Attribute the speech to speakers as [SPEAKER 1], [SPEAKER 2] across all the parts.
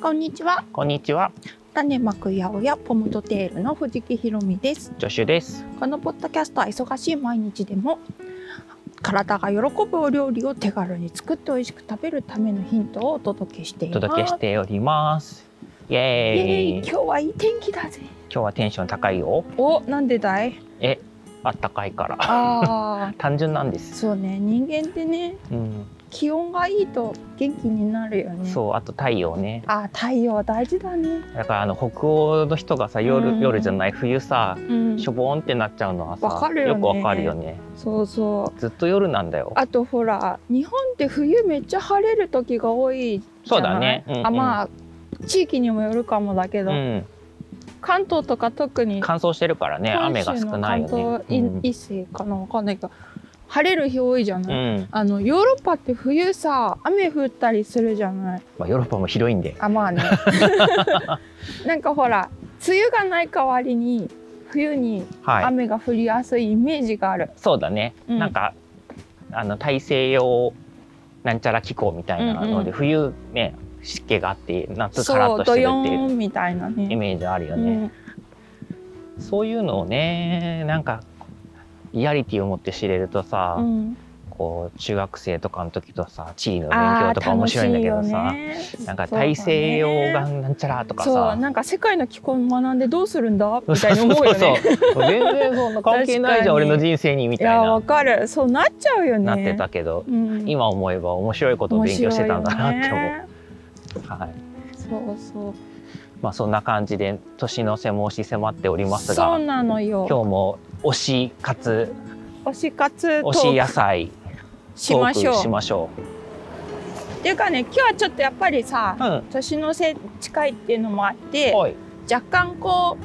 [SPEAKER 1] こんにちは
[SPEAKER 2] こんにちは、
[SPEAKER 1] 種まく八百屋ポムトテールの藤木ひろみです
[SPEAKER 2] 助手です。
[SPEAKER 1] このポッドキャストは忙しい毎日でも体が喜ぶお料理を手軽に作って美味しく食べるためのヒントをお届けしてい
[SPEAKER 2] お
[SPEAKER 1] ます
[SPEAKER 2] 届けしております。イ
[SPEAKER 1] イ
[SPEAKER 2] エーイ
[SPEAKER 1] エーイ今日はいい天気だぜ
[SPEAKER 2] 今日はテンション高いよ。
[SPEAKER 1] おなんでだい
[SPEAKER 2] あったかいから。
[SPEAKER 1] あ
[SPEAKER 2] 単純なんで
[SPEAKER 1] ー
[SPEAKER 2] す。
[SPEAKER 1] そうね人間ってね
[SPEAKER 2] うん。
[SPEAKER 1] 気温がいいと元気になるよね
[SPEAKER 2] そう、あと太陽ね。
[SPEAKER 1] あー太陽大事だね
[SPEAKER 2] だからあの北欧の人がさ、夜、
[SPEAKER 1] うん
[SPEAKER 2] 夜じゃない冬さ、
[SPEAKER 1] うん
[SPEAKER 2] しょぼーんってなっちゃうのはさ、
[SPEAKER 1] わかるよね
[SPEAKER 2] くわかるよね。
[SPEAKER 1] そうそう
[SPEAKER 2] ずっと夜なんだよ。
[SPEAKER 1] あとほら日本って冬めっちゃ晴れる時が多いじゃない
[SPEAKER 2] そうだねうんうん
[SPEAKER 1] あまあ地域にもよるかもだけ
[SPEAKER 2] う
[SPEAKER 1] ど、
[SPEAKER 2] ん。
[SPEAKER 1] 関東とか特に
[SPEAKER 2] 乾燥してるからね、雨が
[SPEAKER 1] 本州
[SPEAKER 2] 少
[SPEAKER 1] の
[SPEAKER 2] ない
[SPEAKER 1] 関
[SPEAKER 2] よね。
[SPEAKER 1] 東
[SPEAKER 2] う
[SPEAKER 1] い
[SPEAKER 2] ん
[SPEAKER 1] 一世かなわかんないけど晴れる日多いじゃ
[SPEAKER 2] う
[SPEAKER 1] ない、
[SPEAKER 2] ん。
[SPEAKER 1] あのヨーロッパって冬さ雨降ったりするじゃない
[SPEAKER 2] まあヨーロッパも広いんで。
[SPEAKER 1] あまあ ねなんかほら梅雨がない代わりに冬に
[SPEAKER 2] はい。
[SPEAKER 1] 雨が降りやすいイメージがある、
[SPEAKER 2] そうだね。
[SPEAKER 1] うん
[SPEAKER 2] なんかあの大西洋なんちゃら気候みたいなので、
[SPEAKER 1] うんうん
[SPEAKER 2] 冬ね湿気があって夏カラ
[SPEAKER 1] そ
[SPEAKER 2] ッ
[SPEAKER 1] うド
[SPEAKER 2] としてる
[SPEAKER 1] ヨ
[SPEAKER 2] っていう
[SPEAKER 1] ーンみたいな
[SPEAKER 2] イ
[SPEAKER 1] ね
[SPEAKER 2] メージあるよね、そういうのをねなんかリアリティを持って知れるとさ、
[SPEAKER 1] うんうん
[SPEAKER 2] こう中学生とかの時とさ地理の勉
[SPEAKER 1] あ
[SPEAKER 2] 強とか面白いんだけどさ、なんか大西洋が
[SPEAKER 1] と
[SPEAKER 2] なんちゃらとか
[SPEAKER 1] そう
[SPEAKER 2] さ
[SPEAKER 1] なんか世界の気候学んでどうするんだみたいに思うよね
[SPEAKER 2] そうそうそう全然そんな関係ないじゃ
[SPEAKER 1] 確か
[SPEAKER 2] ん俺
[SPEAKER 1] に
[SPEAKER 2] の人生にみ
[SPEAKER 1] い
[SPEAKER 2] たい
[SPEAKER 1] や
[SPEAKER 2] な
[SPEAKER 1] わかるそうなっちゃうよね
[SPEAKER 2] なってたけど、
[SPEAKER 1] うん
[SPEAKER 2] 今思えば面白いことを勉強してたんだなって思う。はい
[SPEAKER 1] 思う、そうそう
[SPEAKER 2] まあそんな感じで年の瀬も押し迫っております
[SPEAKER 1] そ
[SPEAKER 2] が
[SPEAKER 1] うなのよ
[SPEAKER 2] 今日も推し活
[SPEAKER 1] 推し活ト
[SPEAKER 2] 推し
[SPEAKER 1] ー
[SPEAKER 2] 野
[SPEAKER 1] ク
[SPEAKER 2] 菜
[SPEAKER 1] し
[SPEAKER 2] ト
[SPEAKER 1] ま
[SPEAKER 2] ー
[SPEAKER 1] しょ
[SPEAKER 2] ク
[SPEAKER 1] う
[SPEAKER 2] しましょ
[SPEAKER 1] っていうかね今日はちょっとやっぱりさ
[SPEAKER 2] う。うん、
[SPEAKER 1] 年の瀬近いっていうのもあって
[SPEAKER 2] おい、
[SPEAKER 1] 若干こ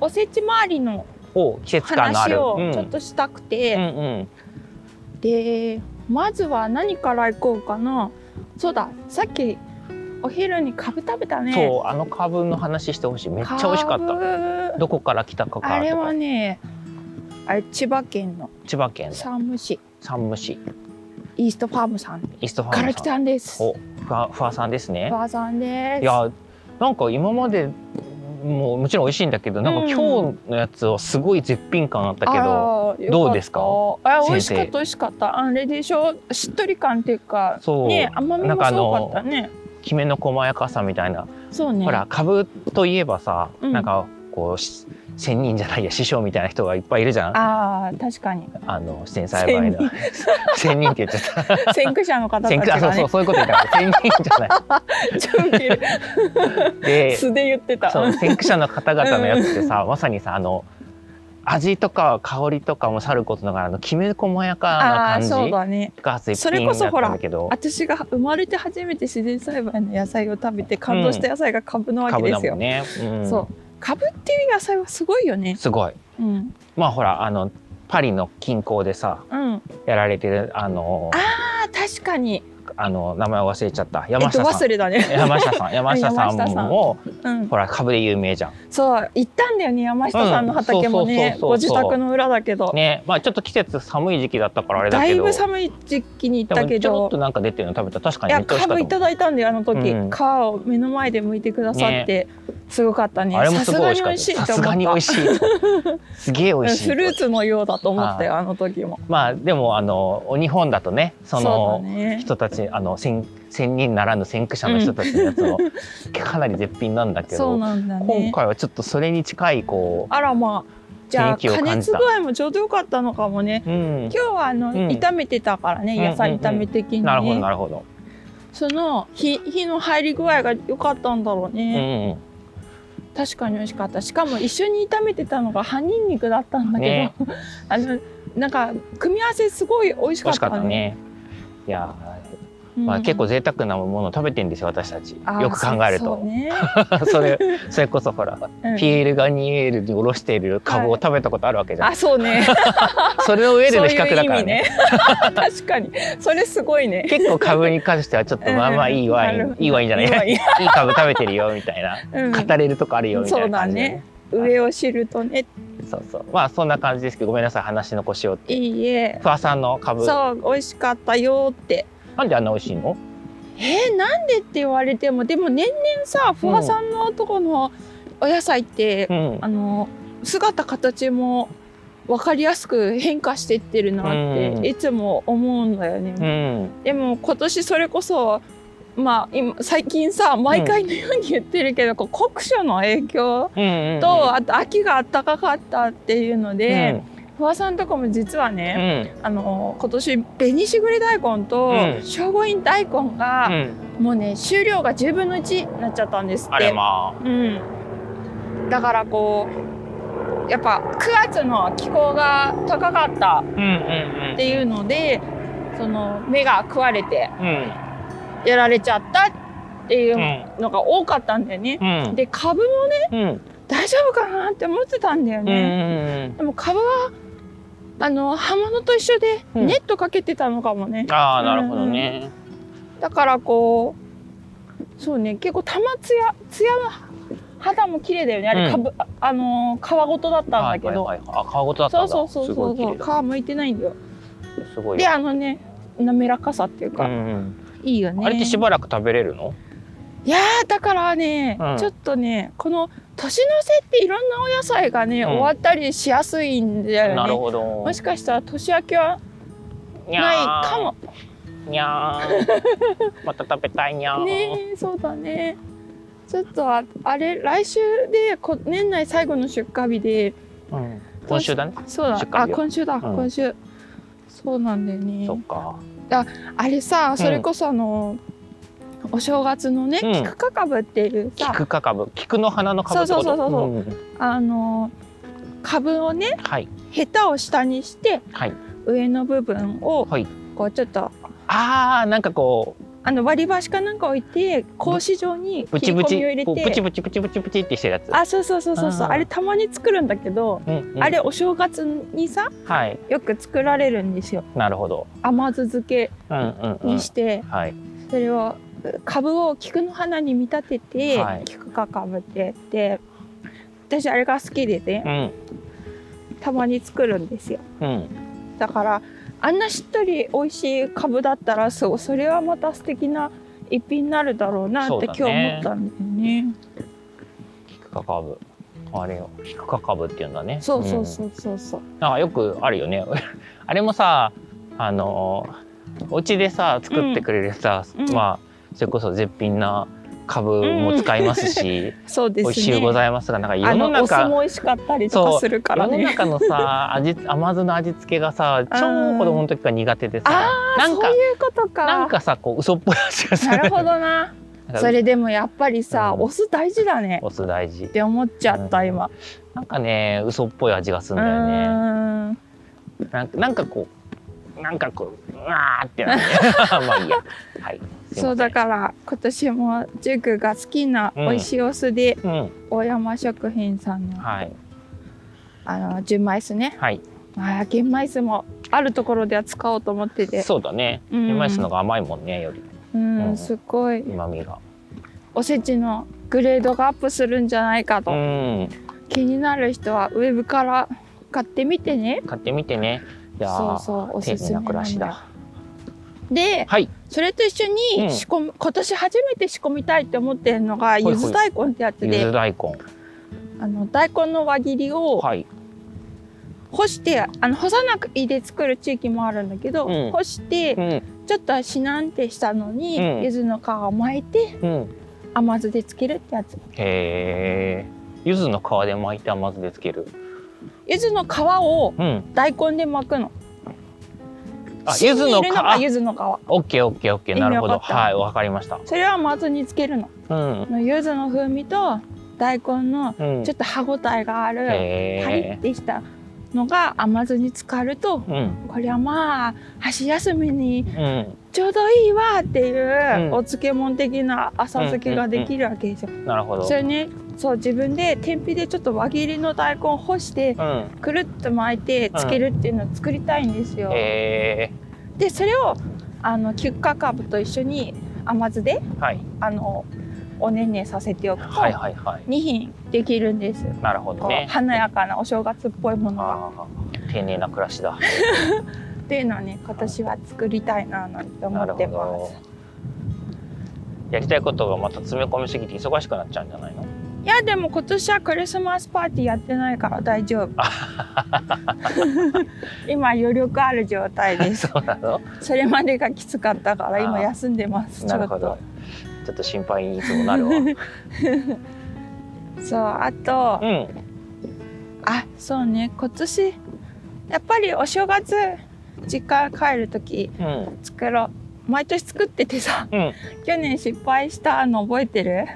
[SPEAKER 1] うおせち周りの
[SPEAKER 2] お季節感のあ
[SPEAKER 1] 話
[SPEAKER 2] る。
[SPEAKER 1] を
[SPEAKER 2] うん
[SPEAKER 1] ちょっとしたく
[SPEAKER 2] うん
[SPEAKER 1] て、
[SPEAKER 2] うん、
[SPEAKER 1] でまずは何からいこうかなそうださっきお昼にカブ食べたね
[SPEAKER 2] そうあの株の話してほしい。めっちゃ美味しかった。
[SPEAKER 1] た
[SPEAKER 2] どこから来たかか
[SPEAKER 1] あ
[SPEAKER 2] ら
[SPEAKER 1] れ
[SPEAKER 2] と
[SPEAKER 1] は
[SPEAKER 2] か、
[SPEAKER 1] ねあれ千葉県の
[SPEAKER 2] 千葉県の
[SPEAKER 1] 山武市
[SPEAKER 2] 山武市
[SPEAKER 1] イーストファームさん
[SPEAKER 2] イーストファーム
[SPEAKER 1] か
[SPEAKER 2] さん。
[SPEAKER 1] ら来たんですフ
[SPEAKER 2] お、ふわふわさんですね。
[SPEAKER 1] ァーさんです
[SPEAKER 2] いや、なんか今までもうもちろん美味しいんだけど、なんか
[SPEAKER 1] うん
[SPEAKER 2] 今日のやつはすごい絶品感あったけど、
[SPEAKER 1] あら
[SPEAKER 2] どうですか
[SPEAKER 1] よかったあ美味し
[SPEAKER 2] 先生
[SPEAKER 1] かった美味しかったあれでしょしっとり感っていうか
[SPEAKER 2] そう
[SPEAKER 1] ね甘み
[SPEAKER 2] なん
[SPEAKER 1] も
[SPEAKER 2] かあ
[SPEAKER 1] す
[SPEAKER 2] の
[SPEAKER 1] ごかったね
[SPEAKER 2] きめの細やかさみたいな
[SPEAKER 1] そうね
[SPEAKER 2] ほら株といえばさ、
[SPEAKER 1] うん
[SPEAKER 2] なんかこうし仙人じゃないや師匠みたいな人がいっぱいいるじゃんあ
[SPEAKER 1] あー確かに
[SPEAKER 2] の自然栽培の仙人って言っちゃっ
[SPEAKER 1] 先駆者の方
[SPEAKER 2] た
[SPEAKER 1] た
[SPEAKER 2] 仙
[SPEAKER 1] ち
[SPEAKER 2] 人あそ
[SPEAKER 1] が
[SPEAKER 2] うそ
[SPEAKER 1] ね
[SPEAKER 2] うそういうこと言ったから仙人じゃな
[SPEAKER 1] ちょっとウケる
[SPEAKER 2] いで
[SPEAKER 1] 素で言ってた
[SPEAKER 2] そう先駆者の方々のやつってさまさにさあの味とか香りとかもさることながらあのきめ細や
[SPEAKER 1] あ
[SPEAKER 2] かな
[SPEAKER 1] ーそう
[SPEAKER 2] 感
[SPEAKER 1] だね
[SPEAKER 2] じが絶
[SPEAKER 1] それ
[SPEAKER 2] 品だ
[SPEAKER 1] こ
[SPEAKER 2] った
[SPEAKER 1] そ
[SPEAKER 2] んだけど
[SPEAKER 1] 私が生まれて初めて自然栽培の野菜を食べて感動した野菜がカブなわけ
[SPEAKER 2] 株
[SPEAKER 1] で
[SPEAKER 2] だ
[SPEAKER 1] すよ、
[SPEAKER 2] もんね、うん、
[SPEAKER 1] そうカブっていう野菜はすごいよね
[SPEAKER 2] すごい
[SPEAKER 1] うん
[SPEAKER 2] まあほらあのパリの近郊でさ
[SPEAKER 1] うんあ
[SPEAKER 2] やられてるあの
[SPEAKER 1] ー確かに
[SPEAKER 2] あの名前忘れちゃった
[SPEAKER 1] え
[SPEAKER 2] 山
[SPEAKER 1] っと
[SPEAKER 2] 下さ
[SPEAKER 1] 忘
[SPEAKER 2] ん、
[SPEAKER 1] れだね
[SPEAKER 2] 山下さん山下さん
[SPEAKER 1] 山下さん
[SPEAKER 2] も
[SPEAKER 1] うん
[SPEAKER 2] ほら株で有名じゃん
[SPEAKER 1] そう行ったんだよね山下さんの畑もね
[SPEAKER 2] うんそ
[SPEAKER 1] ご
[SPEAKER 2] うそうそう
[SPEAKER 1] 自
[SPEAKER 2] そう
[SPEAKER 1] 宅の裏だけど
[SPEAKER 2] ねまあちょっと季節寒い時期だったからあれだ
[SPEAKER 1] だ
[SPEAKER 2] け
[SPEAKER 1] い
[SPEAKER 2] ど
[SPEAKER 1] ぶ寒い時期に行ったけ
[SPEAKER 2] でもちょろ
[SPEAKER 1] ど
[SPEAKER 2] っとなんか出てるの食べた確か
[SPEAKER 1] い
[SPEAKER 2] にめ
[SPEAKER 1] や
[SPEAKER 2] っちゃ美
[SPEAKER 1] カ
[SPEAKER 2] 味しかっ
[SPEAKER 1] ブ
[SPEAKER 2] た
[SPEAKER 1] いただい
[SPEAKER 2] もん
[SPEAKER 1] たんだよあの時、
[SPEAKER 2] うん
[SPEAKER 1] 皮を目の前で剥いてくださってすごかったね
[SPEAKER 2] あれも
[SPEAKER 1] さす
[SPEAKER 2] すご
[SPEAKER 1] が
[SPEAKER 2] い
[SPEAKER 1] に
[SPEAKER 2] 美
[SPEAKER 1] 美
[SPEAKER 2] 味
[SPEAKER 1] 味し
[SPEAKER 2] し
[SPEAKER 1] い
[SPEAKER 2] かった
[SPEAKER 1] と
[SPEAKER 2] さす
[SPEAKER 1] 思
[SPEAKER 2] が
[SPEAKER 1] っ
[SPEAKER 2] に美味しいすげえ美
[SPEAKER 1] た
[SPEAKER 2] 味しい
[SPEAKER 1] フルーツのようだと思ったよあの時も
[SPEAKER 2] まあでもあの日本だとね
[SPEAKER 1] そ
[SPEAKER 2] そ
[SPEAKER 1] う
[SPEAKER 2] の
[SPEAKER 1] だね
[SPEAKER 2] 人たちあの先先人ならぬ先駆者の人たちの やつもかなり絶品なんだけ
[SPEAKER 1] そう
[SPEAKER 2] ど、
[SPEAKER 1] なんだ
[SPEAKER 2] 今
[SPEAKER 1] ね
[SPEAKER 2] 回はちょっとそれに近いこ
[SPEAKER 1] あらまあじゃあ
[SPEAKER 2] 雰囲気を
[SPEAKER 1] 加
[SPEAKER 2] 感
[SPEAKER 1] 熱
[SPEAKER 2] じ
[SPEAKER 1] 具
[SPEAKER 2] た
[SPEAKER 1] 合もちょうどよかったのかもね
[SPEAKER 2] う、うん、
[SPEAKER 1] 今日はあの、
[SPEAKER 2] ん
[SPEAKER 1] 炒めてたからね
[SPEAKER 2] うんうんうん
[SPEAKER 1] 野菜炒め的にね、
[SPEAKER 2] なるほどなるほど、
[SPEAKER 1] その火火の入り具合が良かったんだろうね、
[SPEAKER 2] うんうん
[SPEAKER 1] 確かに美味しかったしかも一緒に炒めてたのが葉ニンニクだったんだけど、
[SPEAKER 2] ね
[SPEAKER 1] あのなんか組み合わせすごい美味し
[SPEAKER 2] 美
[SPEAKER 1] かっ
[SPEAKER 2] 味しか
[SPEAKER 1] た
[SPEAKER 2] った
[SPEAKER 1] ね
[SPEAKER 2] ね。いや
[SPEAKER 1] うん
[SPEAKER 2] ー、まあ、結構贅沢なものを食べてんですよ私たち
[SPEAKER 1] あー
[SPEAKER 2] よく考える
[SPEAKER 1] そうそう
[SPEAKER 2] と
[SPEAKER 1] ね、
[SPEAKER 2] それ それこそほら、
[SPEAKER 1] うん
[SPEAKER 2] ピエール・ガニエールにおろしている株を食べたことあるわけじゃん、
[SPEAKER 1] あそうね
[SPEAKER 2] それの 上での比較
[SPEAKER 1] そういう
[SPEAKER 2] だから
[SPEAKER 1] 意
[SPEAKER 2] ね
[SPEAKER 1] 味ね 確かにそれすごいね
[SPEAKER 2] 結構株に関してはちょっとまあまあいいワ
[SPEAKER 1] う
[SPEAKER 2] イン、
[SPEAKER 1] んなるほど
[SPEAKER 2] いいワインじゃないい
[SPEAKER 1] いいわ
[SPEAKER 2] い株食べてるよみたいな、
[SPEAKER 1] うん
[SPEAKER 2] 語れるとこあるよみたいな感じで、
[SPEAKER 1] 上を知るとね
[SPEAKER 2] そうそうまあそんな感じですけどごめんなさい話の腰をって
[SPEAKER 1] いいえ
[SPEAKER 2] 不破さんの株
[SPEAKER 1] そう美味しかったよって
[SPEAKER 2] なんであんな美味しいの
[SPEAKER 1] えーなんでって言われてもでも年々さ不破さんのとこのお野菜って、
[SPEAKER 2] うん
[SPEAKER 1] あの姿形も分かりやすく変化してってるなっ
[SPEAKER 2] うん
[SPEAKER 1] ていつも思うんだよね。
[SPEAKER 2] うん
[SPEAKER 1] でも今年それこそまあ今最近さ毎回のように言ってるけど、こう酷暑の影響
[SPEAKER 2] うんうん
[SPEAKER 1] と、あと秋が暖かかったっていうので、不破さんとかも実は
[SPEAKER 2] うん
[SPEAKER 1] ね、あの今年紅しぐれ大根と
[SPEAKER 2] うん
[SPEAKER 1] 聖護院大根が、
[SPEAKER 2] うんうん
[SPEAKER 1] もうね収量が10分の1になっちゃったんですって
[SPEAKER 2] あれま
[SPEAKER 1] うん、だからこうやっぱ9月の気候が高かった
[SPEAKER 2] あうんうん
[SPEAKER 1] っていうのでその目が食われて
[SPEAKER 2] うんうん
[SPEAKER 1] やられちゃったっていうのが多かったんだよね。
[SPEAKER 2] うんうん
[SPEAKER 1] で株もね
[SPEAKER 2] うん
[SPEAKER 1] 大丈夫かなって思ってたんだよ
[SPEAKER 2] うんう
[SPEAKER 1] ね。
[SPEAKER 2] ん
[SPEAKER 1] でも株はあの刃物と一緒で
[SPEAKER 2] うん
[SPEAKER 1] ネットかけてたのかもね。
[SPEAKER 2] ああなるほどね
[SPEAKER 1] だからこうそうね結構玉つやつや肌も綺麗だよねあ
[SPEAKER 2] う
[SPEAKER 1] れ
[SPEAKER 2] ん
[SPEAKER 1] かぶ、ああのー皮ごとだったんだけど、
[SPEAKER 2] はいはいはいあ皮ごとだったんだ
[SPEAKER 1] そうそうそうそう
[SPEAKER 2] すごい綺麗
[SPEAKER 1] そう皮むいてないんだよ
[SPEAKER 2] だすごい
[SPEAKER 1] であのね滑らかさっていう
[SPEAKER 2] う
[SPEAKER 1] か、
[SPEAKER 2] んうん
[SPEAKER 1] いいよね
[SPEAKER 2] あれってしばらく食べれるの
[SPEAKER 1] いやーだからね、
[SPEAKER 2] うん
[SPEAKER 1] ちょっとねこの年の瀬っていろんなお野菜がね、
[SPEAKER 2] うん
[SPEAKER 1] 終わったりしやすいんだよ
[SPEAKER 2] なる
[SPEAKER 1] ね
[SPEAKER 2] ほど
[SPEAKER 1] もしかしたら年明けは
[SPEAKER 2] にゃ
[SPEAKER 1] ない
[SPEAKER 2] ー
[SPEAKER 1] かも
[SPEAKER 2] にゃーまた食べたいにゃ ー
[SPEAKER 1] ねえそうだねちょっとああれ来週でこ年内最後の出荷日で
[SPEAKER 2] うん今週だね
[SPEAKER 1] そうだ
[SPEAKER 2] 出荷日
[SPEAKER 1] あ
[SPEAKER 2] よ
[SPEAKER 1] 今週だ、
[SPEAKER 2] ん
[SPEAKER 1] 今週そうなんだよね
[SPEAKER 2] そっか
[SPEAKER 1] あれさそれこそあの、お正月のね、
[SPEAKER 2] うん
[SPEAKER 1] キクカカブっていうさ
[SPEAKER 2] 菊か株菊の花の株ってこと
[SPEAKER 1] そうそうそうそう
[SPEAKER 2] うん
[SPEAKER 1] あの株をね
[SPEAKER 2] はい
[SPEAKER 1] ヘタを下にして
[SPEAKER 2] はい
[SPEAKER 1] 上の部分を
[SPEAKER 2] はい
[SPEAKER 1] こうちょっと
[SPEAKER 2] あーなんかこ
[SPEAKER 1] あの割り箸かなんか置いて格子状に
[SPEAKER 2] うブ
[SPEAKER 1] 切
[SPEAKER 2] チ
[SPEAKER 1] り
[SPEAKER 2] ブ
[SPEAKER 1] 込
[SPEAKER 2] チ
[SPEAKER 1] みを入れ
[SPEAKER 2] こうブチ
[SPEAKER 1] て
[SPEAKER 2] ブチブチブチブチってしてるやつ
[SPEAKER 1] あそうそうそうそうそう
[SPEAKER 2] あ
[SPEAKER 1] あ
[SPEAKER 2] ー
[SPEAKER 1] れたまに作るんだけど、
[SPEAKER 2] うんうん
[SPEAKER 1] あれお正月にさ
[SPEAKER 2] はい
[SPEAKER 1] よく作られるんですよ
[SPEAKER 2] なるほど
[SPEAKER 1] 甘酢漬け
[SPEAKER 2] うんうんうん
[SPEAKER 1] にして、
[SPEAKER 2] はい
[SPEAKER 1] それを株を菊の花に見立てて、
[SPEAKER 2] はい
[SPEAKER 1] 菊か株ってやって私あれが好きで
[SPEAKER 2] う
[SPEAKER 1] ね
[SPEAKER 2] ん
[SPEAKER 1] たまに作るんですよ
[SPEAKER 2] うん
[SPEAKER 1] だからあんなしっとり美味しい株だったらそうそれはまた素敵な一品になるだろうなって
[SPEAKER 2] そうだ
[SPEAKER 1] 今日
[SPEAKER 2] ね
[SPEAKER 1] 思ったんだよね
[SPEAKER 2] 菊か株あれよ菊か株っていうんだね
[SPEAKER 1] そうそう
[SPEAKER 2] うん
[SPEAKER 1] そうそうそう、
[SPEAKER 2] なんかよくあるよね あれもさあのお家でさ作ってくれるさ、
[SPEAKER 1] うん
[SPEAKER 2] まあそれこそ絶品な株も使いますし、
[SPEAKER 1] そう です
[SPEAKER 2] 美
[SPEAKER 1] ね
[SPEAKER 2] 味しゅうございますがなんか世
[SPEAKER 1] あの
[SPEAKER 2] の
[SPEAKER 1] お酢
[SPEAKER 2] 中
[SPEAKER 1] も美味しかったりと
[SPEAKER 2] そ
[SPEAKER 1] か
[SPEAKER 2] う
[SPEAKER 1] するから
[SPEAKER 2] 世の
[SPEAKER 1] ね
[SPEAKER 2] 中のさ味甘酢の味付けがさ超子供の時から苦手でさ
[SPEAKER 1] あ
[SPEAKER 2] な
[SPEAKER 1] ー
[SPEAKER 2] ん
[SPEAKER 1] そう
[SPEAKER 2] か
[SPEAKER 1] いうことか
[SPEAKER 2] なんかさこう嘘っぽい味がす
[SPEAKER 1] な
[SPEAKER 2] る
[SPEAKER 1] るほどな
[SPEAKER 2] なんか
[SPEAKER 1] それでもやっぱりさ、
[SPEAKER 2] うん
[SPEAKER 1] お酢大事だね
[SPEAKER 2] お酢大事
[SPEAKER 1] って思っちゃった今。
[SPEAKER 2] なんかね嘘っぽい味がす
[SPEAKER 1] う
[SPEAKER 2] るんだよね
[SPEAKER 1] ーん
[SPEAKER 2] なんかなんかこうなんかこううわーってなるね まあいいやはいすいません
[SPEAKER 1] そうだから今年もジュクが好きな
[SPEAKER 2] うん
[SPEAKER 1] 美味しいお酢で
[SPEAKER 2] うん
[SPEAKER 1] 大山食品さんの,、
[SPEAKER 2] はい
[SPEAKER 1] あの純米酢ね、
[SPEAKER 2] はい
[SPEAKER 1] まあ、玄米酢もあるところでは使おうと思ってて
[SPEAKER 2] そうだね
[SPEAKER 1] うん
[SPEAKER 2] 今の方が甘いもんねより
[SPEAKER 1] うん、
[SPEAKER 2] うん
[SPEAKER 1] すごい
[SPEAKER 2] 旨味が
[SPEAKER 1] おせちのグレードがアップするんじゃないか
[SPEAKER 2] う
[SPEAKER 1] と、
[SPEAKER 2] ん
[SPEAKER 1] 気になる人はウェブから買ってみてね
[SPEAKER 2] 買ってみてねいや
[SPEAKER 1] そう
[SPEAKER 2] ー
[SPEAKER 1] そうお
[SPEAKER 2] 丁
[SPEAKER 1] す
[SPEAKER 2] 寧
[SPEAKER 1] すめな
[SPEAKER 2] なん暮らし
[SPEAKER 1] だよ
[SPEAKER 2] だ
[SPEAKER 1] で
[SPEAKER 2] はい
[SPEAKER 1] それと一緒
[SPEAKER 2] うん
[SPEAKER 1] に仕込む、今年初めて仕込みたいって思ってるのが
[SPEAKER 2] いほい
[SPEAKER 1] ゆず大根ってやつ
[SPEAKER 2] ゆず
[SPEAKER 1] で
[SPEAKER 2] 大根
[SPEAKER 1] あの大根の輪切りを
[SPEAKER 2] はい
[SPEAKER 1] 干してあの干さなくいいで作る地域もあるんだけど、
[SPEAKER 2] うん
[SPEAKER 1] 干して
[SPEAKER 2] うん
[SPEAKER 1] ちょっとしなんてしたのに、
[SPEAKER 2] うん
[SPEAKER 1] 柚子の皮を巻いて
[SPEAKER 2] うん
[SPEAKER 1] 甘酢でつけるってやつ
[SPEAKER 2] へえ。柚子の皮で巻いて甘酢でつける。
[SPEAKER 1] 柚子の皮を
[SPEAKER 2] うん。
[SPEAKER 1] 大根で巻くの
[SPEAKER 2] あ、
[SPEAKER 1] 芯
[SPEAKER 2] 柚
[SPEAKER 1] に
[SPEAKER 2] 子
[SPEAKER 1] 入
[SPEAKER 2] の
[SPEAKER 1] れるのが
[SPEAKER 2] 皮。
[SPEAKER 1] 柚子の皮
[SPEAKER 2] オッケー、オッケー、オッケー。なるほ
[SPEAKER 1] 意
[SPEAKER 2] ど。
[SPEAKER 1] 味わかった
[SPEAKER 2] はい、わかりました。
[SPEAKER 1] それは甘酢につけるの
[SPEAKER 2] うん。
[SPEAKER 1] の柚子の風味と大根の
[SPEAKER 2] うん。
[SPEAKER 1] ちょっと歯ごたえがあるパリッ
[SPEAKER 2] へえ。
[SPEAKER 1] てしたのが甘酢に浸かると
[SPEAKER 2] うん。
[SPEAKER 1] これはまあ箸休みに
[SPEAKER 2] う
[SPEAKER 1] ちょうどいいわっていう、
[SPEAKER 2] ん
[SPEAKER 1] お漬物的な浅漬けができるわけですよ。
[SPEAKER 2] ん。なるほど。
[SPEAKER 1] それねそう自分で天日でちょっと輪切りの大根を干して
[SPEAKER 2] うん。
[SPEAKER 1] くるっと巻いてつけるっていうのを作りたいんですよ。
[SPEAKER 2] へえ。
[SPEAKER 1] でそれをあのキュッカカブと一緒に甘酢で
[SPEAKER 2] はい。
[SPEAKER 1] あのおねんねさせておくと
[SPEAKER 2] はい、はい、はい。
[SPEAKER 1] 2品できるんです。
[SPEAKER 2] なるほど
[SPEAKER 1] こ
[SPEAKER 2] ね
[SPEAKER 1] う。華やかなお正月っぽいものが
[SPEAKER 2] ああ。丁寧な暮らしだ。
[SPEAKER 1] っていうのはね今年は作りたいななんて思
[SPEAKER 2] なる
[SPEAKER 1] ってま
[SPEAKER 2] ほ
[SPEAKER 1] す。
[SPEAKER 2] やりたいことがまた詰め込みすぎて忙しくなっちゃうんじゃないの
[SPEAKER 1] いやでも今年はクリスマスパーティーやってないから大丈夫 今余力ある状態です
[SPEAKER 2] そうなの
[SPEAKER 1] それまでがきつかったから今休んでますち
[SPEAKER 2] な
[SPEAKER 1] ょ
[SPEAKER 2] る
[SPEAKER 1] っ
[SPEAKER 2] ほ
[SPEAKER 1] と
[SPEAKER 2] どちょっと心配にいつもなるわう
[SPEAKER 1] そうあと
[SPEAKER 2] ん
[SPEAKER 1] あそうね今年やっぱりお正月実家帰る時
[SPEAKER 2] うん
[SPEAKER 1] 作ろう毎年作っててさ
[SPEAKER 2] うん
[SPEAKER 1] 去年失敗したの覚えてる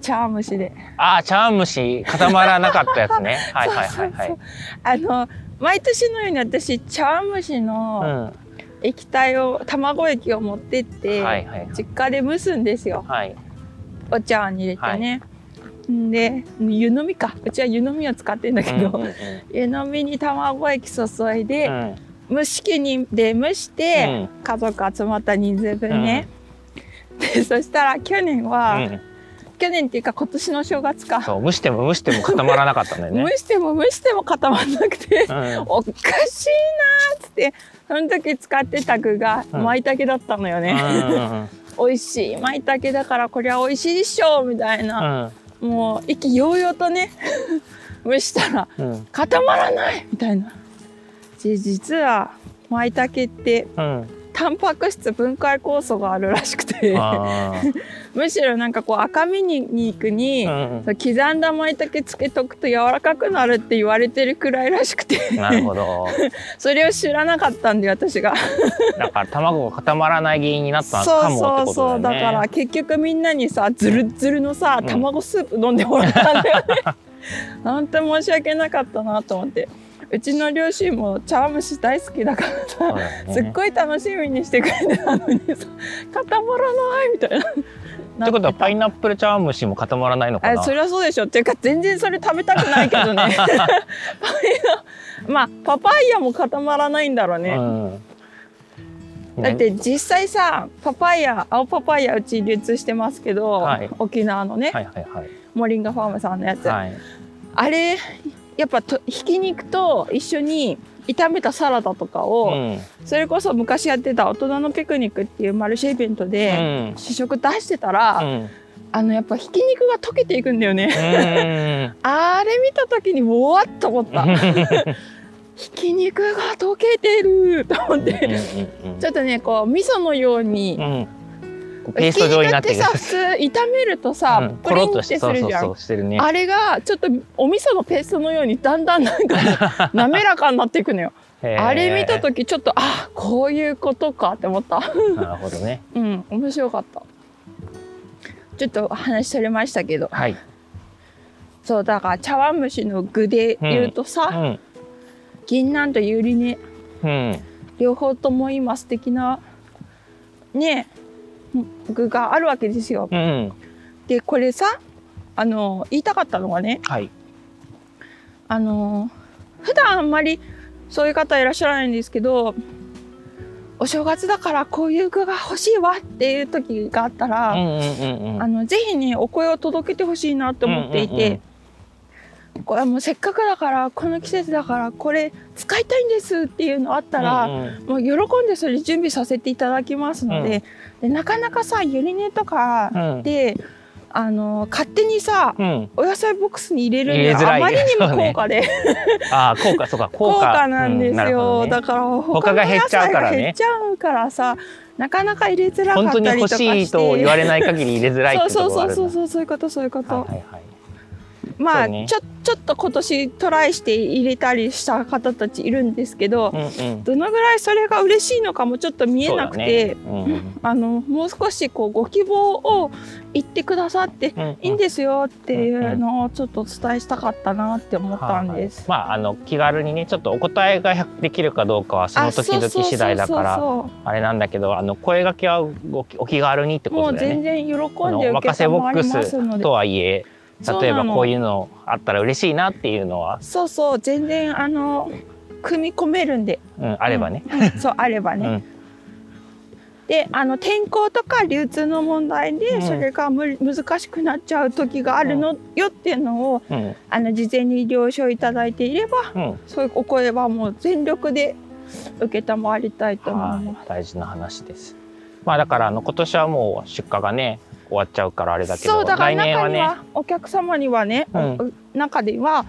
[SPEAKER 1] 茶碗蒸しで
[SPEAKER 2] ああ茶碗蒸し固まらなかったやつね はいはいはいはい
[SPEAKER 1] そうあの毎年のように私茶碗蒸しの
[SPEAKER 2] う
[SPEAKER 1] 液体を卵液を持ってっ
[SPEAKER 2] ん
[SPEAKER 1] て、
[SPEAKER 2] はいはい
[SPEAKER 1] 実家で蒸すんですよ
[SPEAKER 2] はい
[SPEAKER 1] お茶碗に入れてね、んで湯飲みかうちは湯飲みを使ってんだけど、
[SPEAKER 2] うんうんうん
[SPEAKER 1] 湯飲みに卵液注いで、
[SPEAKER 2] うん
[SPEAKER 1] 蒸し器にで蒸して、
[SPEAKER 2] うん
[SPEAKER 1] 家族集まった人数分ね、でそしたら去年は、
[SPEAKER 2] うん
[SPEAKER 1] 去年っていうか今年の正月か、
[SPEAKER 2] そう蒸しても蒸しても固まらなかったんだよ ね
[SPEAKER 1] 蒸しても蒸しても固まんなくて、
[SPEAKER 2] うん
[SPEAKER 1] おかしいなーっつってその時使ってた具が
[SPEAKER 2] うん
[SPEAKER 1] 舞茸だったのよ
[SPEAKER 2] うん
[SPEAKER 1] ね、
[SPEAKER 2] うん
[SPEAKER 1] 美味しい舞茸だからこれは美味しいでしょうみたいな、もう意気揚々とね 蒸したら
[SPEAKER 2] うんうん
[SPEAKER 1] 固まらないみたいなで実は舞茸って
[SPEAKER 2] うん
[SPEAKER 1] タンパク質分解酵素があるらしくて
[SPEAKER 2] あー
[SPEAKER 1] むしろなんかこう赤身肉に、
[SPEAKER 2] うん
[SPEAKER 1] そう刻んだ舞茸つけとくと柔らかくなるって言われてるくらいらしくて
[SPEAKER 2] うんなるほど
[SPEAKER 1] それを知らなかったんで私が
[SPEAKER 2] だから卵が固まらない原因になったの
[SPEAKER 1] そ
[SPEAKER 2] か
[SPEAKER 1] う
[SPEAKER 2] もっ
[SPEAKER 1] そ
[SPEAKER 2] て
[SPEAKER 1] う
[SPEAKER 2] こ
[SPEAKER 1] そ
[SPEAKER 2] と
[SPEAKER 1] う
[SPEAKER 2] だ
[SPEAKER 1] だか
[SPEAKER 2] よ
[SPEAKER 1] ら
[SPEAKER 2] ね
[SPEAKER 1] 結局みんなにさズルッズルのさ
[SPEAKER 2] うん
[SPEAKER 1] 卵スープ飲んでもらったん だよね、なんて申し訳なかったなと思ってうちの両親も茶碗蒸し大好きだから
[SPEAKER 2] そう
[SPEAKER 1] さ、
[SPEAKER 2] だよね
[SPEAKER 1] すっごい楽しみにしてくれてたのにさ固まらないみたいな。
[SPEAKER 2] ってことはパイ
[SPEAKER 1] ナ
[SPEAKER 2] ナップル茶碗蒸しも固まらないのかな
[SPEAKER 1] あそりゃそうでしょっていうか全然それ食べたくないけどね パイナまあパパイヤも固まらないんだろうね、
[SPEAKER 2] うん
[SPEAKER 1] だ
[SPEAKER 2] ね
[SPEAKER 1] って実際さパパイヤ青パパイヤうち流通してますけど、
[SPEAKER 2] はい
[SPEAKER 1] 沖縄のね、
[SPEAKER 2] はいはいはい
[SPEAKER 1] モリンガファームさんのやつ、
[SPEAKER 2] はい
[SPEAKER 1] あれやっぱとひき肉と一緒に炒めたサラダとか
[SPEAKER 2] う
[SPEAKER 1] を、
[SPEAKER 2] んうん
[SPEAKER 1] それこそ昔やってた大人のピクニックっていうマルシェイベントで試食出してたら、
[SPEAKER 2] うん
[SPEAKER 1] あのやっぱひき肉が溶けていくんだよ ね、
[SPEAKER 2] うん
[SPEAKER 1] あれ見た時にうわっと思った、 ひき肉が溶けてると思って、
[SPEAKER 2] うんうん
[SPEAKER 1] ちょっとねこう味噌のように、
[SPEAKER 2] うんペースト状になっ
[SPEAKER 1] ひ
[SPEAKER 2] て
[SPEAKER 1] き肉ってさ普通炒めるとさ、
[SPEAKER 2] うん
[SPEAKER 1] プリンってす
[SPEAKER 2] そう
[SPEAKER 1] る
[SPEAKER 2] そう
[SPEAKER 1] じゃん
[SPEAKER 2] そうしてるね
[SPEAKER 1] あれがちょっとお味噌のペーストのようにだんだんなんか滑らかになっていくのよ、
[SPEAKER 2] へー
[SPEAKER 1] あれ見た時ちょっとあこういうことかって思 った
[SPEAKER 2] なるほどね
[SPEAKER 1] うん面白かったちょっと話されましたけど
[SPEAKER 2] はい
[SPEAKER 1] そうだから茶碗蒸しの具で言うと
[SPEAKER 2] う
[SPEAKER 1] さ、
[SPEAKER 2] ん
[SPEAKER 1] 銀杏とゆりね
[SPEAKER 2] うん
[SPEAKER 1] 両方とも今素敵なね具があるわけですよ。
[SPEAKER 2] うん
[SPEAKER 1] でこれさあの言いたかったのがね
[SPEAKER 2] はい
[SPEAKER 1] あの普段あんまりそういう方いらっしゃらないんですけどお正月だからこういう具が欲しいわっていう時があった
[SPEAKER 2] う
[SPEAKER 1] ら、
[SPEAKER 2] んうんうんうん
[SPEAKER 1] あのぜひねお声を届けてほしいなと思っていて、
[SPEAKER 2] うんうんうん
[SPEAKER 1] これはもうせっかくだからこの季節だからこれ使いたいんですっていうのあったら、
[SPEAKER 2] うんうん
[SPEAKER 1] もう喜んでそれ準備させていただきますので,、でなかなかさゆり根とか
[SPEAKER 2] うん
[SPEAKER 1] で、あの勝手にさ
[SPEAKER 2] うん
[SPEAKER 1] お野菜ボックスに入れる
[SPEAKER 2] 入れ
[SPEAKER 1] に
[SPEAKER 2] づら
[SPEAKER 1] はいあまりにも
[SPEAKER 2] そうね
[SPEAKER 1] 高価で、
[SPEAKER 2] ああ効 果そうか効
[SPEAKER 1] 高
[SPEAKER 2] 果
[SPEAKER 1] 価なんです
[SPEAKER 2] うるほ
[SPEAKER 1] よ、
[SPEAKER 2] どね
[SPEAKER 1] だから
[SPEAKER 2] 他が減っちゃうか
[SPEAKER 1] 他の野
[SPEAKER 2] らね
[SPEAKER 1] 菜が減っちゃうからさなかなか入れづらか
[SPEAKER 2] 本
[SPEAKER 1] っ
[SPEAKER 2] 当に
[SPEAKER 1] たりと
[SPEAKER 2] 欲
[SPEAKER 1] か
[SPEAKER 2] し
[SPEAKER 1] して
[SPEAKER 2] いと言われない限り入れづらいっていうと
[SPEAKER 1] そう
[SPEAKER 2] ころがあ
[SPEAKER 1] そう
[SPEAKER 2] る
[SPEAKER 1] そう
[SPEAKER 2] ん
[SPEAKER 1] そう
[SPEAKER 2] だ
[SPEAKER 1] そういうことそういうこと、
[SPEAKER 2] はいはいはい
[SPEAKER 1] まあ、
[SPEAKER 2] そうね
[SPEAKER 1] ちょちょっと今年トライして入れたりした方たちいるんですけど、
[SPEAKER 2] うんうん
[SPEAKER 1] どのぐらいそれが嬉しいのかもちょっと見えなくて、
[SPEAKER 2] そうだね
[SPEAKER 1] あのもう少しこうご希望を言ってくださって
[SPEAKER 2] うんうん
[SPEAKER 1] いいんですよっていうのをちょっとお伝えしたかったなって思ったんです。
[SPEAKER 2] はいはいまああの気軽にねちょっとお答えができるかどうかはその時々次第だか
[SPEAKER 1] あ
[SPEAKER 2] ら
[SPEAKER 1] そうそうそう
[SPEAKER 2] あれなんだけどあの声掛けはごお気軽にって
[SPEAKER 1] そうも
[SPEAKER 2] こと
[SPEAKER 1] う
[SPEAKER 2] だよ
[SPEAKER 1] 全
[SPEAKER 2] ね。
[SPEAKER 1] 然喜んで受
[SPEAKER 2] このお
[SPEAKER 1] け
[SPEAKER 2] 任せ
[SPEAKER 1] た
[SPEAKER 2] ボ
[SPEAKER 1] まり
[SPEAKER 2] ック
[SPEAKER 1] ますの
[SPEAKER 2] ス
[SPEAKER 1] で
[SPEAKER 2] とはいえ
[SPEAKER 1] そう
[SPEAKER 2] 例え
[SPEAKER 1] な
[SPEAKER 2] ば
[SPEAKER 1] の
[SPEAKER 2] こういうのあったら嬉しいなっていうのは、
[SPEAKER 1] そうそう全然あの組み込めるんで
[SPEAKER 2] うん、あればね。
[SPEAKER 1] うん、うんそうあればね、
[SPEAKER 2] うん
[SPEAKER 1] であの天候とか流通の問題
[SPEAKER 2] う
[SPEAKER 1] で
[SPEAKER 2] ん
[SPEAKER 1] それがむ難しくなっちゃう時があるのよっていうのを
[SPEAKER 2] うん
[SPEAKER 1] あの事前に了承いただいていれば
[SPEAKER 2] うん
[SPEAKER 1] そういうお声はもう全力で受けたまわりたいと思いま
[SPEAKER 2] はい大事な話です。
[SPEAKER 1] す。
[SPEAKER 2] まあだからあの今年はもう出荷がね終わっちゃうからあれだけど
[SPEAKER 1] そうだから
[SPEAKER 2] 来年
[SPEAKER 1] 中
[SPEAKER 2] は
[SPEAKER 1] に
[SPEAKER 2] ね
[SPEAKER 1] はお客様にはね、
[SPEAKER 2] うん
[SPEAKER 1] お中では、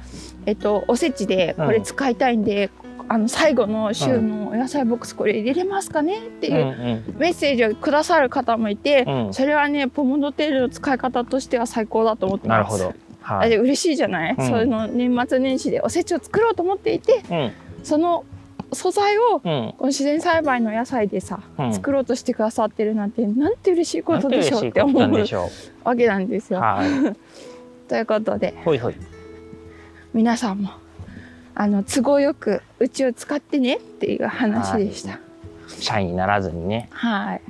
[SPEAKER 1] えっと、おせちで
[SPEAKER 2] うん
[SPEAKER 1] これ使いたいんで、あの最後の週のお野菜ボックスこれ入れれますかねって
[SPEAKER 2] うん
[SPEAKER 1] いうメッセージをくださる方もいて、
[SPEAKER 2] うんうん
[SPEAKER 1] それはねポモドテールの使い方としては最高だと思ってます。
[SPEAKER 2] なるほどは
[SPEAKER 1] あ
[SPEAKER 2] い
[SPEAKER 1] で嬉しいじゃない、
[SPEAKER 2] うん
[SPEAKER 1] そういうの年末年始でおせちを作ろうと思っていて
[SPEAKER 2] うん
[SPEAKER 1] その素材を
[SPEAKER 2] うん
[SPEAKER 1] この自然栽培の野菜でさ、
[SPEAKER 2] うん
[SPEAKER 1] 作ろうとしてくださってるなんてなんて嬉しいことでしょうって
[SPEAKER 2] な
[SPEAKER 1] 思
[SPEAKER 2] んて嬉しいことなん
[SPEAKER 1] う
[SPEAKER 2] でしょ
[SPEAKER 1] わけなんです
[SPEAKER 2] う
[SPEAKER 1] よ。
[SPEAKER 2] は
[SPEAKER 1] ということで
[SPEAKER 2] いほいほい
[SPEAKER 1] 皆さんもあの都合よくうちを使ってねっていう話でした。
[SPEAKER 2] 社員にならずにね
[SPEAKER 1] はい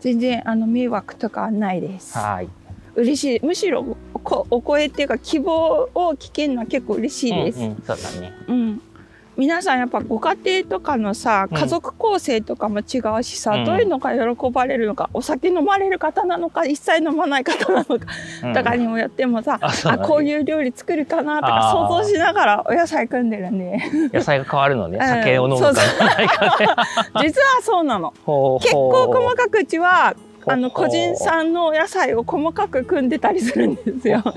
[SPEAKER 1] 全然あの迷惑とかはないです。
[SPEAKER 2] はい
[SPEAKER 1] 嬉しいむしろこお声っていうか希望を聞けるのは結構嬉しいです。
[SPEAKER 2] うんうんそうだね
[SPEAKER 1] うん、皆さんやっぱご家庭とかのさ
[SPEAKER 2] うん
[SPEAKER 1] 家族構成とかも違うしさ、
[SPEAKER 2] うん
[SPEAKER 1] どういうのが喜ばれるのかお酒飲まれる方なのか一切飲まない方なのか
[SPEAKER 2] うん
[SPEAKER 1] とかにもよってもさ、
[SPEAKER 2] あそう
[SPEAKER 1] あ
[SPEAKER 2] だね
[SPEAKER 1] こういう料理作るかなとか
[SPEAKER 2] あー
[SPEAKER 1] 想像しながらお野菜組んでるん で
[SPEAKER 2] 野菜が変わるのね
[SPEAKER 1] うん
[SPEAKER 2] 酒を飲むか
[SPEAKER 1] そうそ
[SPEAKER 2] ないかね
[SPEAKER 1] 実はそうなの
[SPEAKER 2] ほうほう
[SPEAKER 1] 結構細かくうちはあの
[SPEAKER 2] ほう
[SPEAKER 1] 個人産のお野菜を細かく組んでたりするんですよ。
[SPEAKER 2] ほ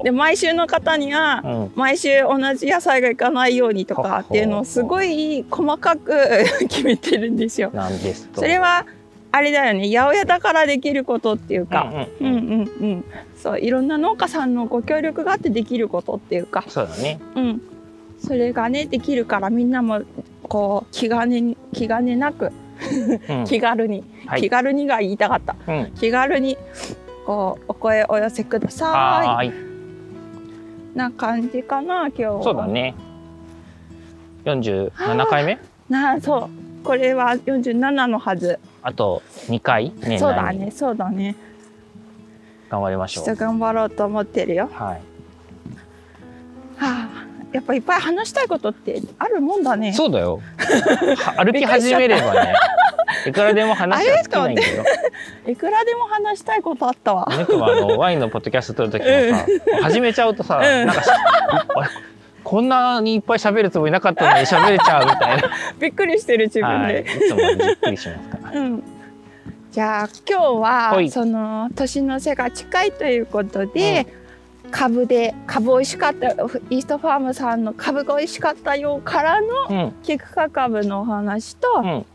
[SPEAKER 2] う
[SPEAKER 1] で毎週の方には
[SPEAKER 2] うん
[SPEAKER 1] 毎週同じ野菜がいかないようにとかっていうのをすごい細かく 決めてるんですよ。
[SPEAKER 2] なんですと
[SPEAKER 1] それはあれだよね八百屋だからできることっていうか、う
[SPEAKER 2] うん
[SPEAKER 1] ん
[SPEAKER 2] う
[SPEAKER 1] うんんうん、そういろんな農家さんのご協力があってできることっていうか、
[SPEAKER 2] そうだね
[SPEAKER 1] うん、それがねできるからみんなもこう気兼ねに気兼ねなく
[SPEAKER 2] うん
[SPEAKER 1] 気軽に、
[SPEAKER 2] はい
[SPEAKER 1] 気軽にが言いたかった
[SPEAKER 2] うん
[SPEAKER 1] 気軽にこうお声お寄せくだ
[SPEAKER 2] は
[SPEAKER 1] さ
[SPEAKER 2] ーい
[SPEAKER 1] いな感じかな今日は
[SPEAKER 2] そうだね47回目
[SPEAKER 1] なあそうこれは47のはず
[SPEAKER 2] あと2回年内に
[SPEAKER 1] そうだねそうだね
[SPEAKER 2] 頑張りまし
[SPEAKER 1] ちょ
[SPEAKER 2] ょ
[SPEAKER 1] っと
[SPEAKER 2] う
[SPEAKER 1] 頑張ろうと思ってるよ
[SPEAKER 2] はい
[SPEAKER 1] はあやっぱいっぱい話したいことってあるもんだね
[SPEAKER 2] そうだよは歩き始めればねいくらでも話は尽きないんだよ
[SPEAKER 1] いくらでも話したいことあったわ
[SPEAKER 2] 猫はあのワインのポッドキャスト撮る時もさ、始めちゃうとさ、
[SPEAKER 1] うん
[SPEAKER 2] なんかしあれこんなにいっぱい喋るつもりなかったのに喋れちゃうみたいな
[SPEAKER 1] びっくりしてる自分
[SPEAKER 2] はいい
[SPEAKER 1] で、
[SPEAKER 2] つもじっくりしますから
[SPEAKER 1] うんじゃあ今日
[SPEAKER 2] は
[SPEAKER 1] はいその年の瀬が近いということで、株で株美味しかったイーストファームさんの株が美味しかったよからの
[SPEAKER 2] うん
[SPEAKER 1] キクカ株のお話と、
[SPEAKER 2] うん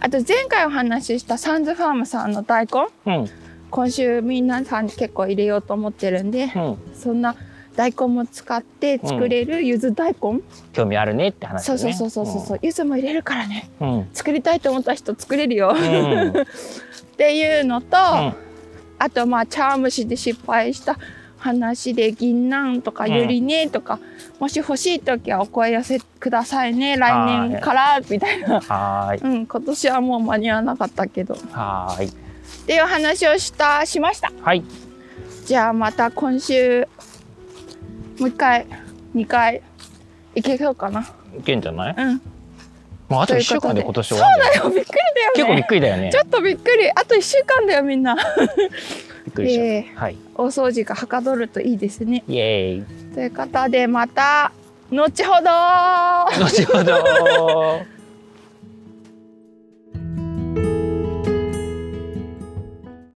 [SPEAKER 1] あと前回お話ししたサンズファームさんの大根
[SPEAKER 2] うん
[SPEAKER 1] 今週みんなさんに結構入れようと思ってるんで
[SPEAKER 2] うん
[SPEAKER 1] そんな大根も使って作れるゆず大根、
[SPEAKER 2] 興味あるねって話
[SPEAKER 1] そ
[SPEAKER 2] だ
[SPEAKER 1] う
[SPEAKER 2] ね
[SPEAKER 1] そうそうそうそうそうゆずも入れるからね
[SPEAKER 2] うんうん
[SPEAKER 1] 作りたいと思った人作れるよ、
[SPEAKER 2] う
[SPEAKER 1] っ
[SPEAKER 2] ん
[SPEAKER 1] ていうのと、
[SPEAKER 2] うん
[SPEAKER 1] あとまあ茶碗蒸しで失敗した話で銀杏とか
[SPEAKER 2] うん
[SPEAKER 1] ゆりねとか、もし欲しい時はお声寄せくださいね来
[SPEAKER 2] は
[SPEAKER 1] 年
[SPEAKER 2] い
[SPEAKER 1] からみたいな、
[SPEAKER 2] はーい
[SPEAKER 1] うん、今年はもう間に合わなかったけどっ
[SPEAKER 2] はーい
[SPEAKER 1] ていう話をしたしました
[SPEAKER 2] はい
[SPEAKER 1] じゃあまた今週もう一回2回いけそうかない
[SPEAKER 2] けんじゃない
[SPEAKER 1] うん
[SPEAKER 2] もうあと
[SPEAKER 1] とい
[SPEAKER 2] 1
[SPEAKER 1] うことで
[SPEAKER 2] 週間で今年終わるんだ
[SPEAKER 1] び
[SPEAKER 2] よ
[SPEAKER 1] っくりだ
[SPEAKER 2] 結
[SPEAKER 1] よ
[SPEAKER 2] 構び
[SPEAKER 1] ね
[SPEAKER 2] っくりだよね
[SPEAKER 1] ちょっとびっくりあと1週間だよみんな
[SPEAKER 2] びっくりしちゃう、
[SPEAKER 1] え
[SPEAKER 2] はい
[SPEAKER 1] 大掃除がはかどるといいですね
[SPEAKER 2] イエーイ
[SPEAKER 1] ということでまた後ほど
[SPEAKER 2] 後ほど